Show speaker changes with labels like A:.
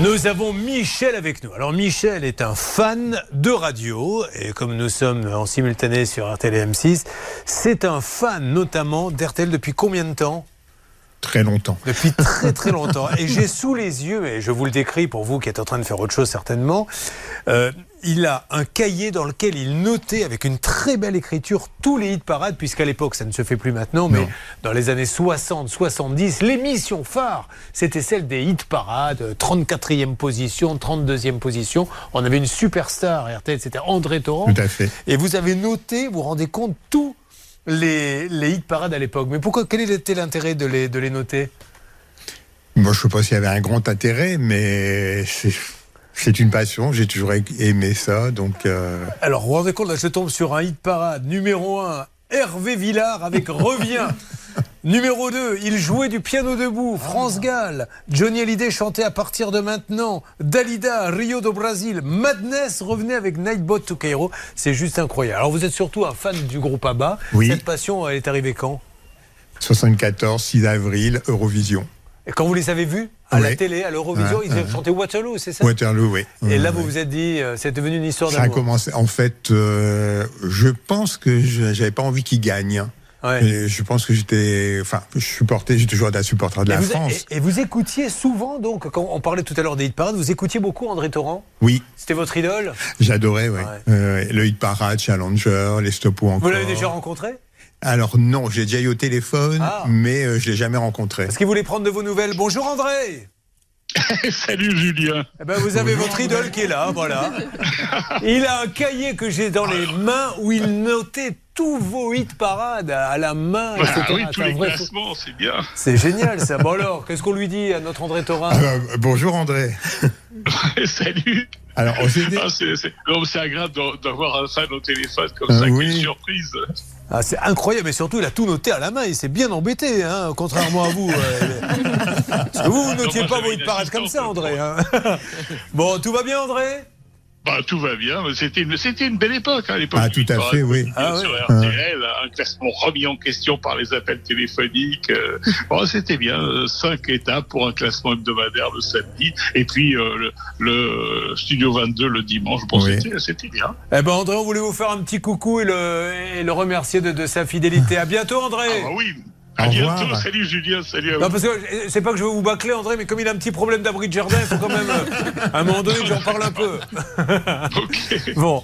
A: Nous avons Michel avec nous. Alors Michel est un fan de radio et comme nous sommes en simultané sur RTL et M6, c'est un fan notamment d'RTL depuis combien de temps
B: Très longtemps.
A: Depuis très très longtemps. Et j'ai sous les yeux, et je vous le décris pour vous qui êtes en train de faire autre chose certainement, euh, il a un cahier dans lequel il notait avec une très belle écriture tous les hits parades, puisqu'à l'époque, ça ne se fait plus maintenant, mais
B: Non.
A: dans les années 60-70, l'émission phare, c'était celle des hits parades, euh, 34e position, 32e position. On avait une superstar, RTL, c'était André Torrent.
B: Tout à fait.
A: Et vous avez noté, vous vous rendez compte, tous les, les hits parades à l'époque. Mais pourquoi, quel était l'intérêt de les, de les noter
B: Moi, je ne sais pas s'il y avait un grand intérêt, mais c'est- c'est une passion. J'ai toujours aimé ça. Donc, euh,
A: Alors, vous vous rendez compte, là, je tombe sur un hit parade. Numéro 1, Hervé Villard avec Reviens. Numéro 2, il jouait du piano debout,
B: Ah,
A: France Gall. Johnny Hallyday chantait à partir de maintenant. Dalida, Rio do Brasil. Madness revenait avec Nightbot to Cairo. C'est juste incroyable. Alors, vous êtes surtout un fan du groupe ABBA.
B: Oui.
A: Cette passion, elle est arrivée quand
B: 74, 6 avril, Eurovision.
A: Et Quand vous les avez vus à la
B: Ouais.
A: télé, à l'Eurovision,
B: Ouais,
A: ils ont chanté Waterloo, c'est ça
B: Waterloo, oui.
A: Et là,
B: Ouais.
A: vous vous êtes dit, euh, c'est devenu une histoire
B: Ça a
A: d'amour.
B: commencé. En fait, euh, je pense que je- j'avais pas envie qu'il gagne.
A: Ouais.
B: Et Je pense que j'étais. Enfin, je supportais, j'ai toujours été un supporter de
A: Et
B: la
A: vous,
B: France.
A: et- et vous écoutiez souvent, donc, quand on parlait tout à l'heure des hit parades, vous écoutiez beaucoup André Torrent
B: Oui,
A: C'était votre idole
B: j'adorais, ouais.
A: Ouais.
B: Euh, le hit parade, Challenger, les stop ou encore.
A: Vous l'avez déjà rencontré
B: Alors non, j'ai déjà eu au téléphone,
A: Ah.
B: mais euh, je l'ai jamais rencontré.
A: Parce qu'il voulait prendre de vos nouvelles. Bonjour André
C: Salut Julien.
A: eh ben, Vous avez votre idole qui est là, voilà. Il a un cahier que j'ai dans
C: Ah.
A: les mains où il notait tous vos hits parades à la main,
C: Bah
A: etc.
C: oui, tous
A: C'est un
C: les
A: vrai fou.
C: classements, c'est bien.
A: C'est génial ça. Bon alors, qu'est-ce qu'on lui dit à notre André Torrent
B: Ah bah, bonjour André.
C: Salut.
B: Alors on s'est dit-
C: Ah, c'est- c'est non, mais c'est agréable d'en- d'avoir un fan au téléphone comme
B: Ah
C: ça,
B: oui.
C: quelle surprise.
A: Ah, c'est incroyable, mais surtout, il a tout noté à la main. Il s'est bien embêté, hein, contrairement à vous. euh. Parce que vous, vous
C: Non,
A: notiez
C: moi,
A: pas
C: j'avais
A: vos hits
C: une
A: parades comme ça,
C: assistante,
A: André. hein. bon, tout va bien, André
C: Bah, tout va bien. mais C'était une, c'était une belle époque, hein, l'époque.
B: Ah,
C: du
B: tout à
C: parade
B: fait, oui.
A: Ah
C: sur
A: ouais.
C: RTL, un classement remis en question par les appels téléphoniques. euh, bon, c'était bien, euh, cinq étapes pour un classement hebdomadaire le samedi, et puis euh, le, le Studio 22 le dimanche. Bon,
B: Oui.
C: c'était- c'était bien.
A: Eh ben, André, on voulait vous faire un petit coucou et le, et le remercier de, de sa fidélité. À bientôt, André
C: Ah, bah oui. À
B: Au
C: bientôt.
B: revoir.
C: Salut Julien, salut à vous.
A: Non, parce que euh, c'est pas que je veux vous bâcler, André, mais comme il a un petit problème d'abri de jardin, il faut quand même, euh, à un moment donné, que j'en parle un peu.
C: Ok.
A: Bon.